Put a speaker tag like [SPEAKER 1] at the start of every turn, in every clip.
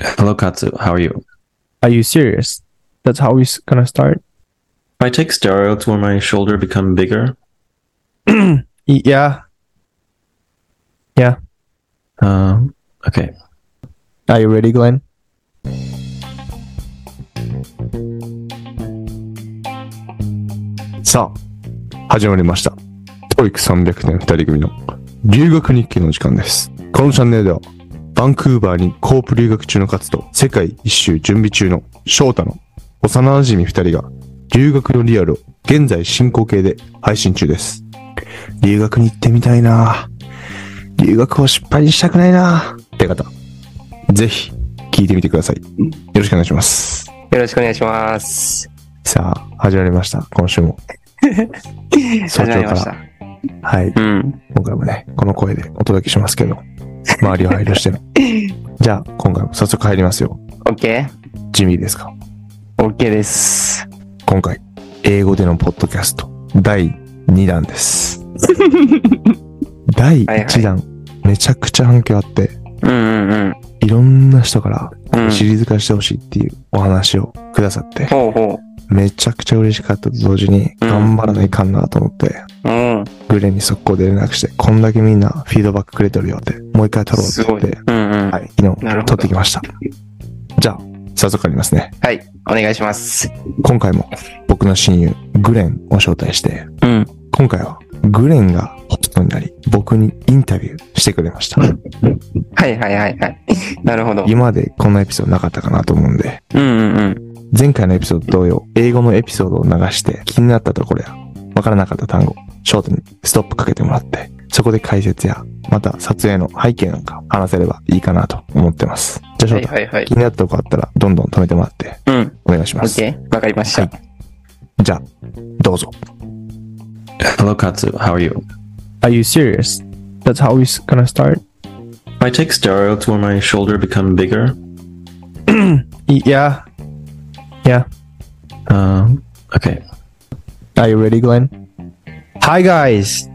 [SPEAKER 1] Hello, Katsu. How are you?
[SPEAKER 2] Are you serious? That's how we s gonna start?
[SPEAKER 1] If I take steroids, will my shoulder become bigger?
[SPEAKER 2] Y- Yeah.
[SPEAKER 1] Um, okay.
[SPEAKER 2] Are you ready, Glenn?
[SPEAKER 3] さあ、始まりました。TOEIC300 点2人組の留学日記の時間です。このチャンネルでは、バンクーバーにコープ留学中の活動、世界一周準備中の翔太の幼馴染2人が留学のリアルを現在進行形で配信中です。留学に行ってみたいなぁ留学を失敗にしたくないなぁって方、ぜひ聞いてみてください。よろしくお願いします。
[SPEAKER 4] よろしくお願いします。
[SPEAKER 3] さあ、始まりました。今週 も。早
[SPEAKER 4] 始
[SPEAKER 3] 朝
[SPEAKER 4] まり
[SPEAKER 3] か
[SPEAKER 4] まし
[SPEAKER 3] ら
[SPEAKER 4] た。。
[SPEAKER 3] はい。
[SPEAKER 4] うん。
[SPEAKER 3] 今回もね、この声でお届けしますけど、周りを配慮しての。 じゃあ、今回も早速入りますよ。
[SPEAKER 4] OK?OK
[SPEAKER 3] ジミーですか
[SPEAKER 4] OK です。
[SPEAKER 3] 今回、英語でのポッドキャスト、第2弾 です。第1弾、めちゃくちゃ反響あって、
[SPEAKER 4] うんうんうん。
[SPEAKER 3] いろんな人から
[SPEAKER 4] うん、
[SPEAKER 3] シリーズ化してほしいっていうお話をくださって、
[SPEAKER 4] ほうほ
[SPEAKER 3] めちゃくちゃ嬉しかったと同時に、
[SPEAKER 4] うん
[SPEAKER 3] 頑張らないかんなと思って、
[SPEAKER 4] う。うん。
[SPEAKER 3] グレンに速攻で連絡して、こんだけみんなフィードバックくれてるよって、もう一回撮ろうって
[SPEAKER 4] す
[SPEAKER 3] 言
[SPEAKER 4] ご
[SPEAKER 3] っ
[SPEAKER 4] い。
[SPEAKER 3] て、
[SPEAKER 4] うんうん。は。
[SPEAKER 3] はいい、昨
[SPEAKER 4] な
[SPEAKER 3] 日
[SPEAKER 4] るほど
[SPEAKER 3] 撮ってきました。じゃあ、早速ありますね。
[SPEAKER 4] お願いします。
[SPEAKER 3] 今回も僕の親友、グレンを招待して、
[SPEAKER 4] うん。
[SPEAKER 3] 今回はグレンがホストになり、僕にインタビューしてくれました。
[SPEAKER 4] はいはいはいはい。 なるほど。
[SPEAKER 3] 今までこんなエピソードなかったかなと思うんで、
[SPEAKER 4] うんうんうん。
[SPEAKER 3] 前回のエピソード同様、英語のエピソードを流して、気になったところや、わからなかった単語、ショートにストップかけてもらって、そこで解説や、また撮影の背景なんか話せればいいかなと思ってます。じゃあ、翔
[SPEAKER 4] はい
[SPEAKER 3] 太、
[SPEAKER 4] はいはい
[SPEAKER 3] 気。になったとこあったら、どんどん止めてもらって、
[SPEAKER 4] うん。
[SPEAKER 3] お願いします。
[SPEAKER 4] OK。わかりました。
[SPEAKER 3] はじゃあ、どうぞ。
[SPEAKER 1] Hello, Katsu. How are you?
[SPEAKER 2] Are you serious? That's how we s gonna start?
[SPEAKER 1] If I take steroids, will my shoulder become bigger?
[SPEAKER 2] Y- Yeah. Yeah.
[SPEAKER 1] Um, okay.
[SPEAKER 2] Are you ready, Glenn?
[SPEAKER 5] Hi guys,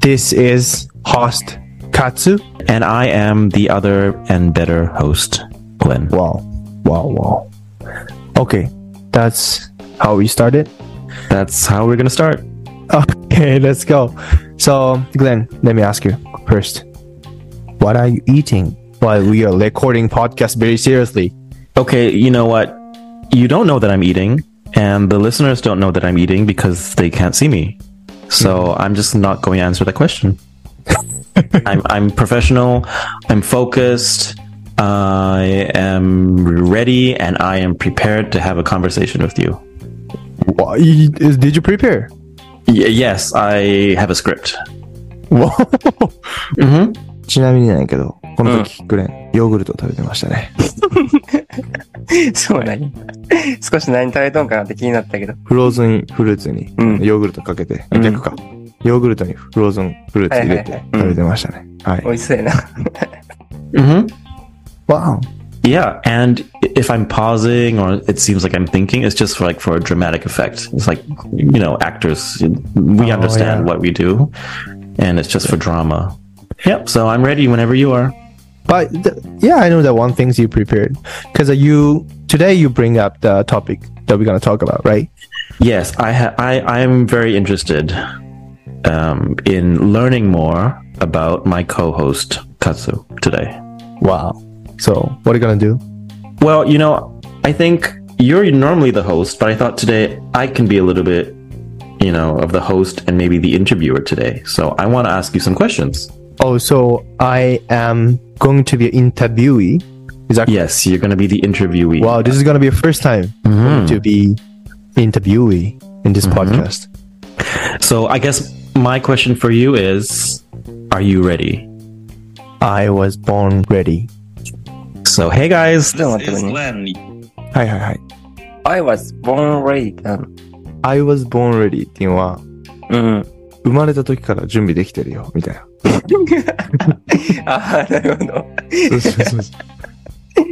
[SPEAKER 5] this is host Katsu.
[SPEAKER 6] And I am the other and better host, Glenn.
[SPEAKER 3] Wow. Wow, wow.
[SPEAKER 5] Okay, that's
[SPEAKER 2] How we started?
[SPEAKER 6] That's how we're gonna start.
[SPEAKER 5] okay. Let's go. So Glenn, let me ask you first. What are you eating? While we are recording podcast very seriously.
[SPEAKER 6] Okay, you know what? You don't know that I'm eating, and the listeners don't know that I'm eating because they can't see me. So I'm just not going to answer that question. I'm I'm professional, I'm focused, I am ready, and I am prepared to have a conversation with you.
[SPEAKER 5] Wha- you- is- Did you prepare?
[SPEAKER 6] Y- yes, I have a script.
[SPEAKER 3] わ
[SPEAKER 4] Mm-hmm.
[SPEAKER 6] hmm
[SPEAKER 3] ちなみになんやけど、こ
[SPEAKER 4] Mm.
[SPEAKER 3] の時、グレン、ヨーグルト食べてましたね。
[SPEAKER 4] そうだね。少し何食べとんかなって気になったけど。
[SPEAKER 3] フローズンフルーツに
[SPEAKER 4] うん
[SPEAKER 3] ヨーグルトかけて、
[SPEAKER 4] うん
[SPEAKER 3] 逆か。ヨーグルトにフローズンフルーツ入れ
[SPEAKER 4] Mm. は
[SPEAKER 3] て
[SPEAKER 4] いはいはいうん
[SPEAKER 3] 食べてましたね。はい
[SPEAKER 4] 美。味しそうや な。
[SPEAKER 6] hmm
[SPEAKER 3] わ
[SPEAKER 6] Yeah, and i- if I'm pausing or it seems like I'm thinking, it's just for like for a dramatic effect. It's like you know, actors we
[SPEAKER 5] Oh, yeah.
[SPEAKER 6] understand what we do, and it's just for drama. Yep. So I'm ready whenever you are.
[SPEAKER 5] But th- yeah, I know that one things you prepared because you today you bring up the topic that we're gonna talk about, right?
[SPEAKER 6] Yes, I ha- I I'm very interested um, in learning more about my co-host Katsu today.
[SPEAKER 5] Wow. So what are you gonna do?
[SPEAKER 6] Well, you know, I think you're normally the host, but I thought today I can be a little bit, you know, of the host and maybe the interviewer today. So I want to ask you some questions.
[SPEAKER 5] Oh, so I am going to be an interviewee. Is that
[SPEAKER 6] Yes, you're going to be the interviewee.
[SPEAKER 5] wow? This is gonna be a first time
[SPEAKER 3] Mm-hmm.
[SPEAKER 6] Mhm.
[SPEAKER 5] to be interviewee in this podcast.
[SPEAKER 6] So I guess my question for you is Are you ready?
[SPEAKER 5] I was born ready.
[SPEAKER 6] So, hey guys.
[SPEAKER 4] ちょっと待ってね。
[SPEAKER 3] あ。はいはいはい。
[SPEAKER 4] I was born ready. だ
[SPEAKER 3] I was born ready っていうのは、
[SPEAKER 4] うん。
[SPEAKER 3] 生まれた時から準備できてるよ、 みたいな。
[SPEAKER 4] ああ、なるほど。
[SPEAKER 3] そうそうそうそう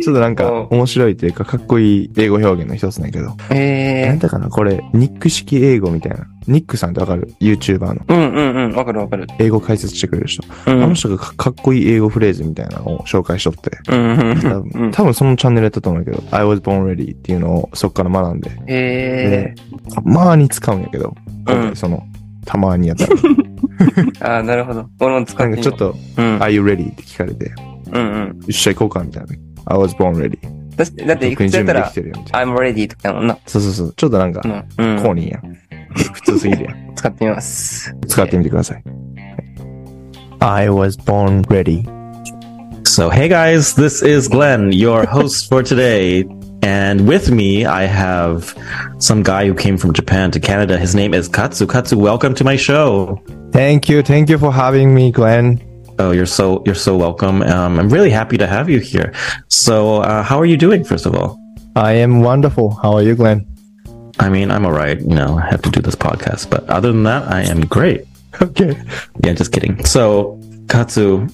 [SPEAKER 7] ちょっとなんか
[SPEAKER 4] お
[SPEAKER 7] 面白いというかかっこいい英語表現の一つなんやけど。な
[SPEAKER 4] え
[SPEAKER 7] んだかなこれ、ニック式英語みたいな。ニックさんってわかる ?YouTuber の
[SPEAKER 4] ー。うんうんうん。わかるわかる。
[SPEAKER 7] 英語解説してくれる人。
[SPEAKER 4] うん。
[SPEAKER 7] あの人がかかっこいい英語フレーズみたいなのを紹介しとって。
[SPEAKER 4] うんうん
[SPEAKER 7] 多
[SPEAKER 4] うんう
[SPEAKER 7] 分
[SPEAKER 4] ん。
[SPEAKER 7] 多分そのチャンネルやったと思うけど、I was born ready っていうのをそっから学んで、
[SPEAKER 4] え
[SPEAKER 7] たまーに使うんやけど、
[SPEAKER 4] うん
[SPEAKER 7] 今回その、たまーに やったら。
[SPEAKER 4] ー。ああ、なるほど。俺も使って
[SPEAKER 7] なんかちょっ
[SPEAKER 4] と。
[SPEAKER 7] と、
[SPEAKER 4] うん。
[SPEAKER 7] Are you ready? って聞かれて、
[SPEAKER 4] うんうん。
[SPEAKER 7] 一緒に行こうかみたいな。I was born ready.
[SPEAKER 4] だって、だってい
[SPEAKER 7] 特
[SPEAKER 4] く
[SPEAKER 7] に
[SPEAKER 4] つやった
[SPEAKER 7] 準備で
[SPEAKER 4] ら
[SPEAKER 7] き、てるよみたいな。
[SPEAKER 4] I'm ready とかやもんな。
[SPEAKER 7] そうそうそう。ちょっとなんか
[SPEAKER 4] う、ん。
[SPEAKER 7] コーニーやん。普通すぎるやん。
[SPEAKER 4] うん。使ってみます。
[SPEAKER 7] 使ってみてください。
[SPEAKER 3] I was born ready.
[SPEAKER 6] So, hey guys, this is Glenn, your host for today. And with me, I have some guy who came from Japan to Canada. His name is Katsu. Katsu, welcome to my show.
[SPEAKER 3] Thank you, thank you for having me, Glenn.
[SPEAKER 6] Oh, you're so you're so welcome. Um, I'm really happy to have you here. So, uh, how are you doing? First of all,
[SPEAKER 3] I am wonderful. How are you, Glenn?
[SPEAKER 6] I mean, I'm all right. You know, I have to do this podcast, but other than that, I am great.
[SPEAKER 3] Okay.
[SPEAKER 6] Yeah, just kidding. So, Katsu,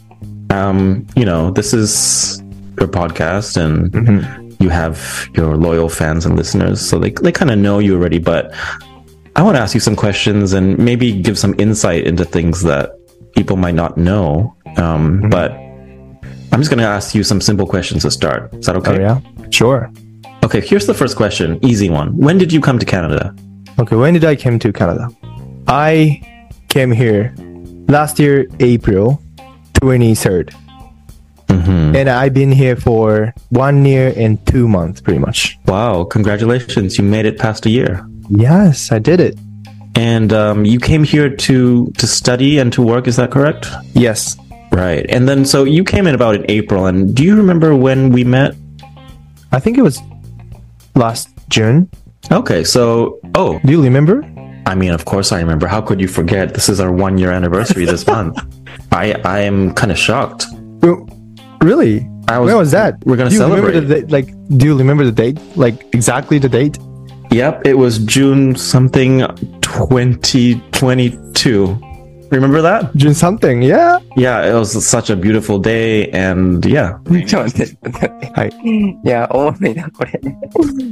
[SPEAKER 6] um, you know, this is your podcast and
[SPEAKER 3] Mm-hmm.
[SPEAKER 6] you have your loyal fans and listeners. So they, they kind of know you already, but I want to ask you some questions and maybe give some insight into things that people might not know. Um,
[SPEAKER 3] Mm-hmm.
[SPEAKER 6] But I'm just going to ask you some simple questions to start. Is that okay?
[SPEAKER 3] Oh yeah. Sure.
[SPEAKER 6] Okay, here's the first question. Easy one. When did you come to Canada?
[SPEAKER 3] Okay, when did I came to Canada? I came here last year April 23rd. And I've been here for one year and two months pretty much.
[SPEAKER 6] Wow, congratulations. You made it past a year.
[SPEAKER 3] Yes, I did it.
[SPEAKER 6] And um, you came here to to study and to work. Is that correct?
[SPEAKER 3] Yes.
[SPEAKER 6] Right. And then so you came in about in April. And do you remember when we met?
[SPEAKER 3] I think it was last June.
[SPEAKER 6] Okay. So oh,
[SPEAKER 3] Do you remember?
[SPEAKER 6] I mean, of course I remember. How could you forget? This is our one year anniversary this month. I I am kind of shocked.
[SPEAKER 3] Well, really?
[SPEAKER 6] I was.
[SPEAKER 3] Where was that?
[SPEAKER 6] We're gonna
[SPEAKER 3] do you
[SPEAKER 6] celebrate.
[SPEAKER 3] Remember the, date- like, do you remember the date? Like exactly the date?
[SPEAKER 6] Yep, it was June something, twenty twenty two. Remember that?
[SPEAKER 3] June something? Yeah.
[SPEAKER 6] Yeah, it was such a beautiful day, and yeah,
[SPEAKER 4] ちょっと待って、ちょっと待って。。
[SPEAKER 3] はい
[SPEAKER 4] いや、おもろいな、これ。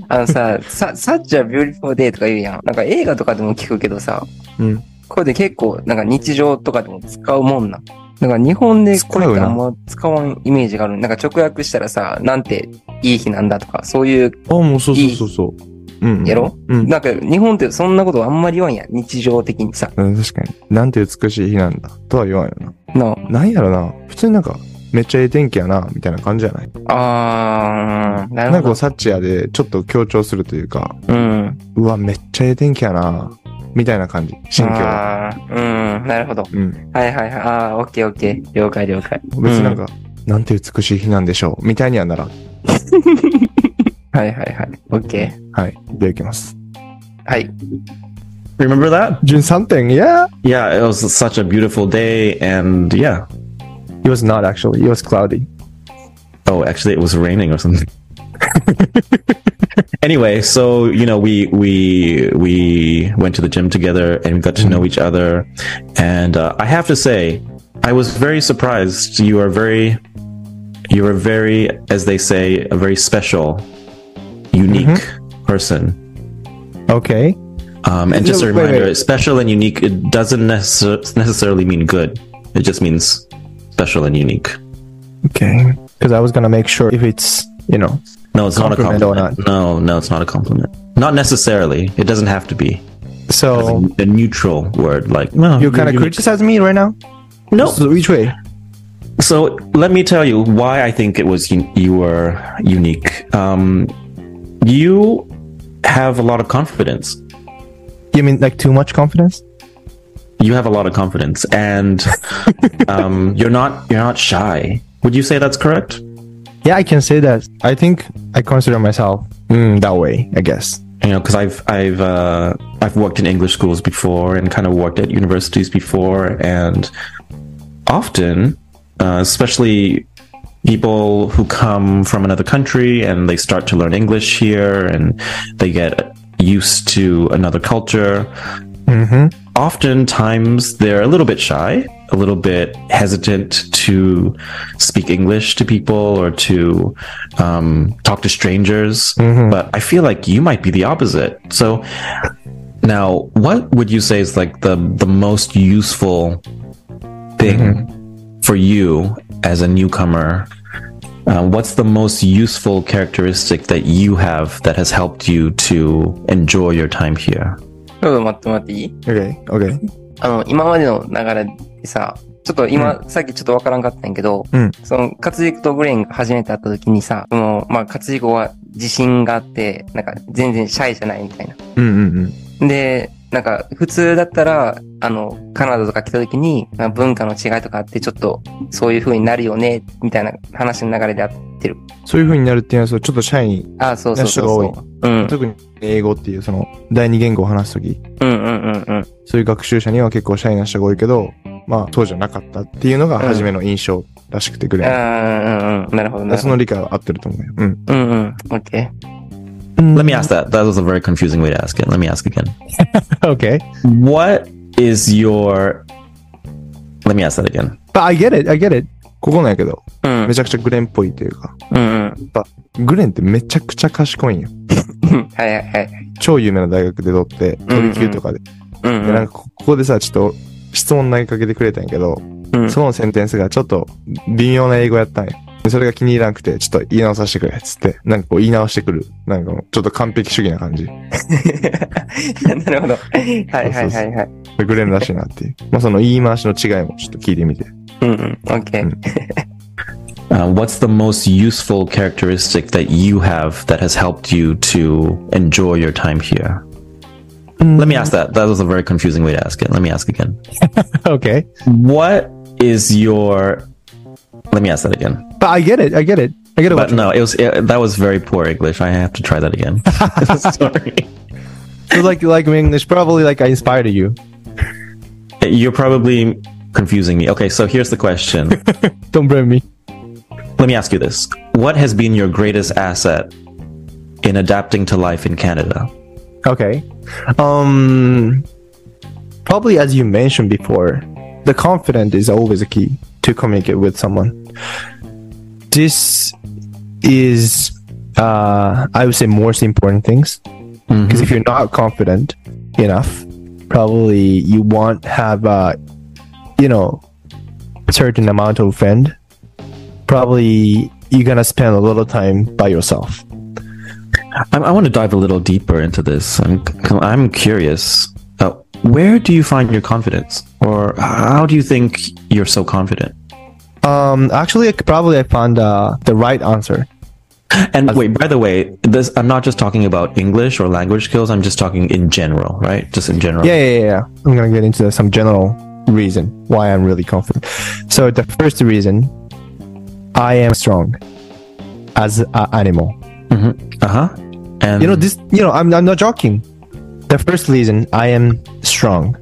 [SPEAKER 4] あのさ、さ、サッチャビューティフォーデーとか言うやん。なんか映画とかでも聞くけどさ、
[SPEAKER 3] うん。
[SPEAKER 4] これで結構、なんか日常とかでも使うもんな。なんか日本でこれってあんま使わんイメージがある。なんか直訳したらさ、なんていい日なんだとか、そういう
[SPEAKER 7] あ、もうそうそうそうそう。うん。
[SPEAKER 4] やろ、
[SPEAKER 7] うん
[SPEAKER 4] なんか日本ってそんなことあんまり言わんやん。日常的にさ。
[SPEAKER 7] うん、確かに。なんて美しい日なんだ。とは言わんよな。
[SPEAKER 4] の、
[SPEAKER 7] なんやろな。普通になんか、めっちゃええ天気やな、みたいな感じじゃない
[SPEAKER 4] あー、な
[SPEAKER 7] なん
[SPEAKER 4] る
[SPEAKER 7] かこ
[SPEAKER 4] ほ
[SPEAKER 7] う、サッチやで、ちょっと強調するというか、
[SPEAKER 4] ど。うん。
[SPEAKER 7] うわ、めっちゃええ天気やな、みたいな感じ。心境は。
[SPEAKER 4] あーうん、なるほど。
[SPEAKER 7] うん。
[SPEAKER 4] はいはいはい。ああ、オッケーオッケー。了解了解。
[SPEAKER 7] 別になんか、なんて美しい日なんでしょう、みたいにはならん。
[SPEAKER 4] はいはいはい。オッケー。
[SPEAKER 7] はい。ではいきます。
[SPEAKER 4] はい。
[SPEAKER 6] remember that?
[SPEAKER 3] June something? Yeah.
[SPEAKER 6] Yeah, it was such a beautiful day, and yeah.
[SPEAKER 3] It was not actually. It was cloudy.
[SPEAKER 6] Oh, actually, it was raining or something. anyway, so you know, we we we went to the gym together and we got
[SPEAKER 3] Mm-hmm.
[SPEAKER 6] to know each other, and uh, I have to say, I was very surprised. You are very, you are very, as they say, a very special, unique
[SPEAKER 3] Mm-hmm.
[SPEAKER 6] person.
[SPEAKER 3] Okay.
[SPEAKER 6] Um, and just a
[SPEAKER 3] No, wait,
[SPEAKER 6] reminder,
[SPEAKER 3] wait.
[SPEAKER 6] special and unique it doesn't necess- necessarily mean good. It just means special and unique.
[SPEAKER 3] Okay. Because I was gonna make sure if it's you know.
[SPEAKER 6] No, it's not a
[SPEAKER 3] Compliment or
[SPEAKER 6] compliment. No, no, it's not a compliment. Not necessarily. It doesn't have to be. It's
[SPEAKER 3] So
[SPEAKER 6] a, a neutral word like no.
[SPEAKER 3] you kind of
[SPEAKER 6] unique.
[SPEAKER 3] criticize me right now.
[SPEAKER 6] no.
[SPEAKER 3] So which way?
[SPEAKER 6] So let me tell you why I think it was un- you were unique. Um, you have a lot of confidence.
[SPEAKER 3] You mean like too much confidence?
[SPEAKER 6] You have a lot of confidence, and um, you're not you're not shy. Would you say that's correct?
[SPEAKER 3] Yeah, I can say that. I think I consider myself mm, that way. I guess.
[SPEAKER 6] you know because i've i've uh i've worked in english schools before and kind of worked at universities before and often uh, especially people who come from another country and they start to learn english here and they get used to another culture
[SPEAKER 3] Mm-hmm.
[SPEAKER 6] oftentimes they're a little bit shy a little bit hesitant to to speak English to people or to um, talk to strangers. But I feel like you might be the opposite. So now, what would you say is like the the most useful thing for you as a newcomer? Uh, what's the most useful characteristic that you have that has helped you to enjoy your time here?
[SPEAKER 4] ちょっと待ってもらっていい
[SPEAKER 3] Okay, okay.
[SPEAKER 4] あの、今までの流れでさ、ちょっと今、さっきちょっとわからんかったんやけど、
[SPEAKER 3] うん
[SPEAKER 4] その、活軸とグレインが初めて会った時にさ、その、まあ、活軸は自信があって、なんか全然シャイじゃないみたいな。
[SPEAKER 3] Mm-hmm.
[SPEAKER 4] で、なんか、普通だったら、あの、カナダとか来た時に、まあ文化の違いとかあって、ちょっと、そういう風になるよね、みたいな話の流れであってる。
[SPEAKER 3] そういう風になるっていうのは、そうちょっとシャイに、
[SPEAKER 4] あ、そうそうそうそう。うん。
[SPEAKER 3] 特に英語っていうその第二言語を話すとき、
[SPEAKER 4] うんうんうんうん。
[SPEAKER 3] そういう学習者には結構シャイな人が多いけど、まあそうじゃなかったっていうのが初めの印象らしくてくれ、
[SPEAKER 4] あーうんうん。なるほどなる
[SPEAKER 3] そ
[SPEAKER 4] ほ
[SPEAKER 3] の
[SPEAKER 4] ど。
[SPEAKER 3] 理解は合ってると思うよ。うん。
[SPEAKER 4] うんうん。オッケ
[SPEAKER 6] Let me ask that. That was a very confusing way to ask it. Let me ask again.
[SPEAKER 3] Okay.
[SPEAKER 6] What is your. Let me ask that again.
[SPEAKER 3] But I get it, I get it. ここなんやけど、
[SPEAKER 4] ー。うん
[SPEAKER 3] め。ちゃくちゃグレンっぽいというか、
[SPEAKER 4] うんうん。
[SPEAKER 3] グレンってめちゃくちゃ賢いんよ。
[SPEAKER 4] はいはいはい。
[SPEAKER 3] 超有名な大学で取って、トリ級とかで。
[SPEAKER 4] うん
[SPEAKER 3] で、
[SPEAKER 4] う
[SPEAKER 3] なん
[SPEAKER 4] ん。
[SPEAKER 3] かここでさ、ちょっと質問投げかけてくれたんやけど、
[SPEAKER 4] うん
[SPEAKER 3] そのセンテンスがちょっと微妙な英語やったんや。でそれが気に入らなくて、ちょっと言い直させてくれ、っつって。なんかこう言い直してくる。なんかもうちょっと完璧主義な感じ。
[SPEAKER 4] なるほど。はいはいはいはい。
[SPEAKER 3] でグレンらしいなっていう。まあその言い回しの違いもちょっと聞いてみて。
[SPEAKER 4] うんうん。オッケー。
[SPEAKER 6] Uh, what's the most useful characteristic that you have that has helped you to enjoy your time here? Let me ask that. That was a very confusing way to ask it. Let me ask again.
[SPEAKER 3] Okay.
[SPEAKER 6] What is your. Let me ask that again.
[SPEAKER 3] But I get it, I get it. I get it.
[SPEAKER 6] But no, it was it, that was very poor English. I have to try that again. Sorry.
[SPEAKER 3] So like, like in English, probably like I inspired you.
[SPEAKER 6] You're probably confusing me. Okay, so here's the question.
[SPEAKER 3] Don't blame me.
[SPEAKER 6] Let me ask you this. What has been your greatest asset in adapting to life in Canada?
[SPEAKER 3] Okay. Um, probably as you mentioned before, the confident is always a key to communicate with someone. This is, uh, I would say, most important things because if you're not confident enough, probably you won't have, uh, you know, certain amount of friend. Probably you're gonna spend a little time by yourself.
[SPEAKER 6] I, I want to dive a little deeper into this. I'm I'm curious. Uh, where do you find your confidence, or how do you think you're so confident?
[SPEAKER 3] Um, actually, I- probably I found uh, the right answer.
[SPEAKER 6] And wait, by the way, this I'm not just talking about English or language skills. I'm just talking in general, right? Just in general.
[SPEAKER 3] Yeah, yeah, yeah, yeah. I'm gonna get into some general reason why I'm really confident. So the first reason, I am strong as an animal.
[SPEAKER 6] Uh huh. And
[SPEAKER 3] You know this. You know, I'm I'm not joking. The first reason I am strong.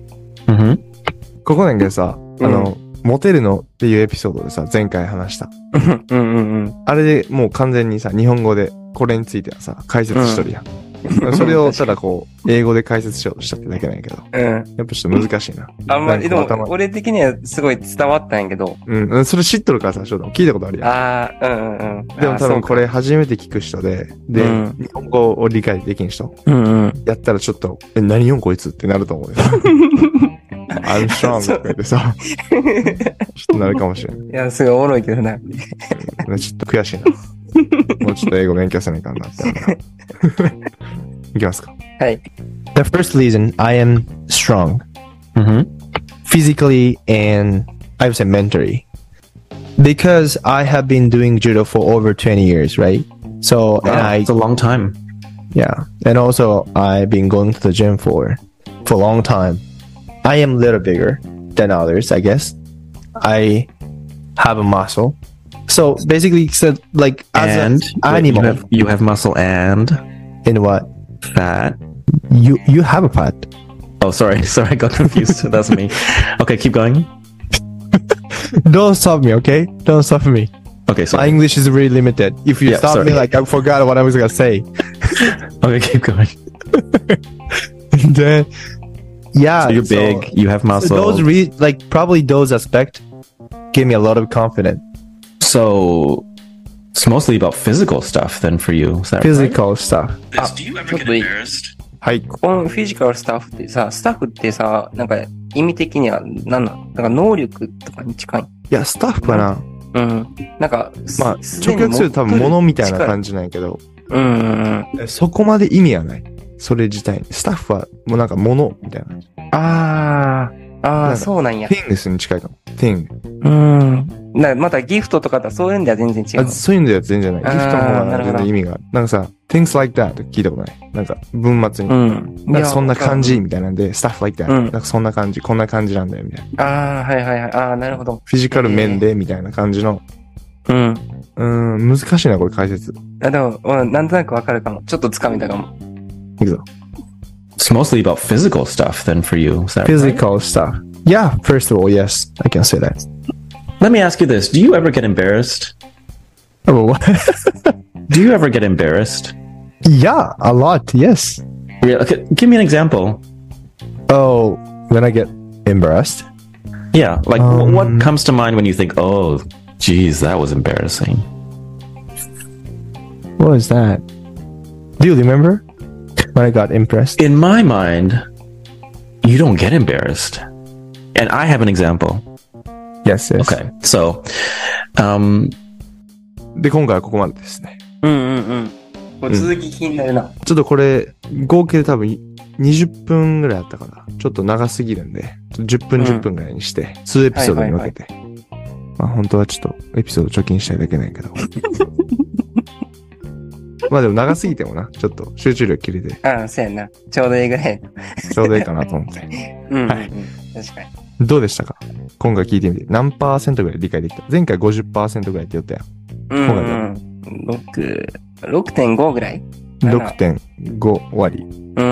[SPEAKER 3] ここなんけどさ、 あの、モテるのっていうエピソードでさ、前回話した。
[SPEAKER 4] うんうんうん。
[SPEAKER 3] あれでもう完全にさ、日本語でこれについてはさ、解説しとるやん。それをただこう、英語で解説しようとしたってだけなんやけど。
[SPEAKER 4] うん。
[SPEAKER 3] やっぱちょっと難しいな。
[SPEAKER 4] あんまり、で
[SPEAKER 3] なんか
[SPEAKER 4] も、
[SPEAKER 3] 頭
[SPEAKER 4] 俺的にはすごい伝わったんやけど。
[SPEAKER 3] うんうん。それ知っとるからさ、翔太も聞いたことあるやん。
[SPEAKER 4] ああ、うんうんうん。
[SPEAKER 3] でも
[SPEAKER 4] あー
[SPEAKER 3] 多
[SPEAKER 4] そう
[SPEAKER 3] 分
[SPEAKER 4] か
[SPEAKER 3] これ初めて聞く人で、で、
[SPEAKER 4] うん
[SPEAKER 3] 日本語を理解できん人、
[SPEAKER 4] うんうん。
[SPEAKER 3] やったらちょっと、え、何日本こいつってなると思うよ。I'm strong とか言ってさ、ちょっとなるかもしれ
[SPEAKER 4] いや、すごいおもろいけど な。
[SPEAKER 3] ない。ちょっと悔 しいな。もうちょっと英語勉強せないかんなって。 いきますか。
[SPEAKER 4] はい。
[SPEAKER 3] The first reason I am strong physically and I would say mentally because I have been doing judo for over 20 years, right? So, and
[SPEAKER 6] Wow,
[SPEAKER 3] I,
[SPEAKER 6] it's a long time.
[SPEAKER 3] yeah, and also I've been going to the gym for for a long time. I am a little bigger than others, I guess. I have a muscle. So basically, said like
[SPEAKER 6] and
[SPEAKER 3] as an
[SPEAKER 6] wait, you
[SPEAKER 3] animal
[SPEAKER 6] have, you have muscle and
[SPEAKER 3] in what
[SPEAKER 6] fat.
[SPEAKER 3] you you have a fat.
[SPEAKER 6] Oh, sorry, sorry, I got confused. That's me. Okay, keep going.
[SPEAKER 3] Don't stop me, okay? Don't stop me.
[SPEAKER 6] Okay,
[SPEAKER 3] My
[SPEAKER 6] sorry.
[SPEAKER 3] English is really limited. If you
[SPEAKER 6] Yeah,
[SPEAKER 3] stop me,
[SPEAKER 6] sorry.
[SPEAKER 3] like I forgot what I was gonna say.
[SPEAKER 6] Okay, keep going.
[SPEAKER 3] then yeah
[SPEAKER 6] So you're
[SPEAKER 3] so-
[SPEAKER 6] big. You have
[SPEAKER 3] so
[SPEAKER 6] muscle.
[SPEAKER 3] those re- like probably those aspect gave me a lot of confidence.
[SPEAKER 6] So it's mostly about physical stuff then for you. Is that
[SPEAKER 3] Physical stuff.
[SPEAKER 1] This, do you ever
[SPEAKER 4] get
[SPEAKER 1] embarrassed?
[SPEAKER 7] はい。
[SPEAKER 4] このフィジカルスタッフってさ、スタッフってさ、なんか意味的には何なのなんか能力とかに近い。
[SPEAKER 3] いや、スタッフかな
[SPEAKER 4] うん。なんか、す
[SPEAKER 3] まあ、
[SPEAKER 4] すで
[SPEAKER 3] 直
[SPEAKER 4] に
[SPEAKER 3] 訳すると多分
[SPEAKER 4] 持
[SPEAKER 3] 物みたい
[SPEAKER 4] っ
[SPEAKER 3] な
[SPEAKER 4] てる
[SPEAKER 3] 感じなんやけど、
[SPEAKER 4] 力うんうんうん。
[SPEAKER 3] そこまで意味はない。それ自体に。スタッフはもうなんか物みたいな。
[SPEAKER 4] ああ、あ
[SPEAKER 3] なん
[SPEAKER 4] あ、
[SPEAKER 3] か
[SPEAKER 4] そうなんや。
[SPEAKER 3] things に近いかも。thing.
[SPEAKER 4] うん。なまたギフトとかとはそういうんでは全然違
[SPEAKER 3] あ
[SPEAKER 4] う。
[SPEAKER 3] そういうのやつ全然ない。ギ
[SPEAKER 4] あー
[SPEAKER 3] フトの方
[SPEAKER 4] な
[SPEAKER 3] が
[SPEAKER 4] るほど
[SPEAKER 3] 全然意味がある。なんかさ、things like that って聞いたことない。なんか文末に。
[SPEAKER 4] うん。
[SPEAKER 3] なんかそんな感
[SPEAKER 4] い
[SPEAKER 3] じみたいなんで、stuff like that、
[SPEAKER 4] うん
[SPEAKER 3] なんかそんな感じ、こんな感じなんだよみたいな。
[SPEAKER 4] や。ああ、はいはいはい。ああ、なるほど。
[SPEAKER 3] フィジカル面でみたいな感じの。
[SPEAKER 4] うん。
[SPEAKER 3] うーん、難しいな、これ解説。
[SPEAKER 4] あでも、うんなんとなくわかるかも。ちょっとつかめたかも。
[SPEAKER 3] いくぞ。
[SPEAKER 6] right? It's mostly about physical stuff then for you. Is that right?
[SPEAKER 3] physical stuff. Yeah, first of all, yes, I can say that.
[SPEAKER 6] Let me ask you this. Do you ever get embarrassed?
[SPEAKER 3] Oh, what?
[SPEAKER 6] Do you ever get embarrassed?
[SPEAKER 3] yeah, a lot, yes.
[SPEAKER 6] Re- okay, Give me an example.
[SPEAKER 3] Oh, when I get embarrassed.
[SPEAKER 6] Yeah, like wh-
[SPEAKER 3] Um,
[SPEAKER 6] what comes to mind when you think, "Oh, geez, that was embarrassing."
[SPEAKER 3] What is that? Do you remember when I got impressed?
[SPEAKER 6] In my mind, you don't get embarrassed, and I have an example.
[SPEAKER 3] Yes, yes.
[SPEAKER 6] Okay, so, um,
[SPEAKER 7] で、今回はここまでですね。
[SPEAKER 4] うんうんうん。もう続き気になるな。
[SPEAKER 7] ちょっとこれ、合計で多分20分ぐらいあったから、ちょっと長すぎるんで、ちょっと10分
[SPEAKER 4] うん
[SPEAKER 7] 10分ぐらいにして、数エピソードに分けて。まあ本当はちょっとエピソード貯金したいだけないけど。 まあでも長すぎてもな、ちょっと集中力切れて、
[SPEAKER 4] ああ、そうやな。ちょうどいいぐらい。
[SPEAKER 7] ちょうどいいかなと思って。
[SPEAKER 4] うん、うん。
[SPEAKER 7] は
[SPEAKER 4] 確かに。
[SPEAKER 7] どうでしたか今回聞いてみて、何パーセントぐらい理解できた前回50%ぐらいって言ったやん。
[SPEAKER 4] うん、
[SPEAKER 7] そう
[SPEAKER 4] う
[SPEAKER 7] だ
[SPEAKER 4] ん。6、6.5ぐらい七
[SPEAKER 7] 6.5割。
[SPEAKER 4] うん、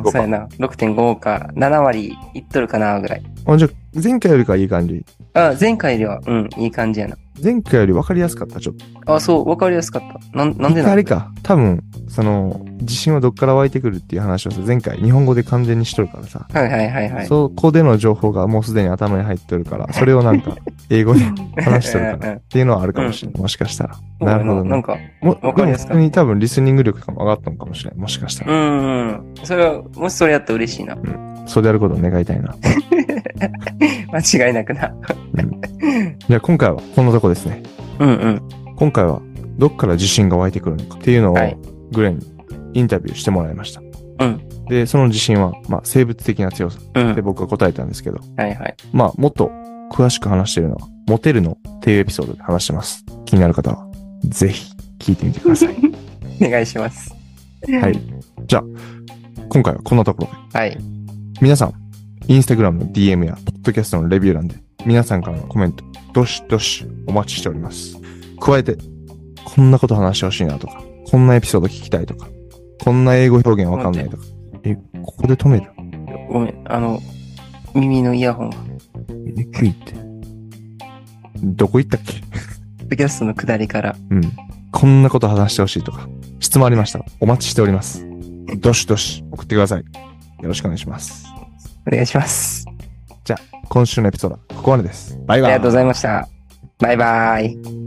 [SPEAKER 7] 5
[SPEAKER 4] そうやな。6.5か、7割いっとるかな、ぐらい。
[SPEAKER 7] あじゃあ前回よりかいい感じ。
[SPEAKER 4] あ、前回よりは、うん、いい感じやな。
[SPEAKER 7] 前回より分かりやすかった、ちょっと。
[SPEAKER 4] あ、そう、わかりやすかった。なん、なんで
[SPEAKER 7] 一回
[SPEAKER 4] な
[SPEAKER 7] あ
[SPEAKER 4] の
[SPEAKER 7] れか。多分、その、自信はどっから湧いてくるっていう話をさ、前回日本語で完全にしとるからさ、
[SPEAKER 4] はいはいはいはい。
[SPEAKER 7] そこでの情報がもうすでに頭に入ってるから、それをな んか、英語で話してるか
[SPEAKER 4] うん
[SPEAKER 7] ら
[SPEAKER 4] うん
[SPEAKER 7] っていうのはあるかもしれない。もしかしたら。
[SPEAKER 4] そうや
[SPEAKER 7] なるほどね
[SPEAKER 4] なんか、
[SPEAKER 7] も、
[SPEAKER 4] わかりやすかった
[SPEAKER 7] でも普通に多分リスニング力が上がったのかもしれない。もしかした
[SPEAKER 4] う
[SPEAKER 7] ら。
[SPEAKER 4] ん、うん。それは、もしそれやったら嬉しいな。
[SPEAKER 7] そうであることを願いたいな。
[SPEAKER 4] 間違いなくな。
[SPEAKER 7] じゃあ今回はこんなとこですね。
[SPEAKER 4] うんうん。
[SPEAKER 7] 今回はどっから自信が湧いてくるのかっていうのを
[SPEAKER 4] はい
[SPEAKER 7] グレンにインタビューしてもらいました。
[SPEAKER 4] ん
[SPEAKER 7] で、その自信は、まあ、生物的な強さ
[SPEAKER 4] う
[SPEAKER 7] で
[SPEAKER 4] ん。
[SPEAKER 7] 僕が答えたんですけど、
[SPEAKER 4] はいはい。
[SPEAKER 7] まあ、もっと詳しく話してるのは、モテるのっていうエピソードで話してます。気になる方は、ぜひ聞いてみてください。
[SPEAKER 4] お願いします。
[SPEAKER 7] はい。じゃあ、今回はこんなところで。
[SPEAKER 4] はい。
[SPEAKER 7] 皆さん、インスタグラムの DM や、ポッドキャストのレビュー欄で、皆さんからのコメント、どしどしお待ちしております。加えて、こんなこと話してほしいなとか、こんなエピソード聞きたいとか、こんな英語表現わかんないとか。え、ここで止める
[SPEAKER 4] ごめん、あの、耳のイヤホンが。
[SPEAKER 7] えクイって。どこ行ったっけ
[SPEAKER 4] ポッドキャストの下りから。
[SPEAKER 7] うん。こんなこと話してほしいとか、質問ありましたらお待ちしております。どしどし送ってください。よろしくお願いします。
[SPEAKER 4] お願いします。
[SPEAKER 7] 今週のエピソードはここまでです。バイ
[SPEAKER 4] あ
[SPEAKER 7] バ
[SPEAKER 4] り
[SPEAKER 7] イ
[SPEAKER 4] がとう。ございました。バイバイ。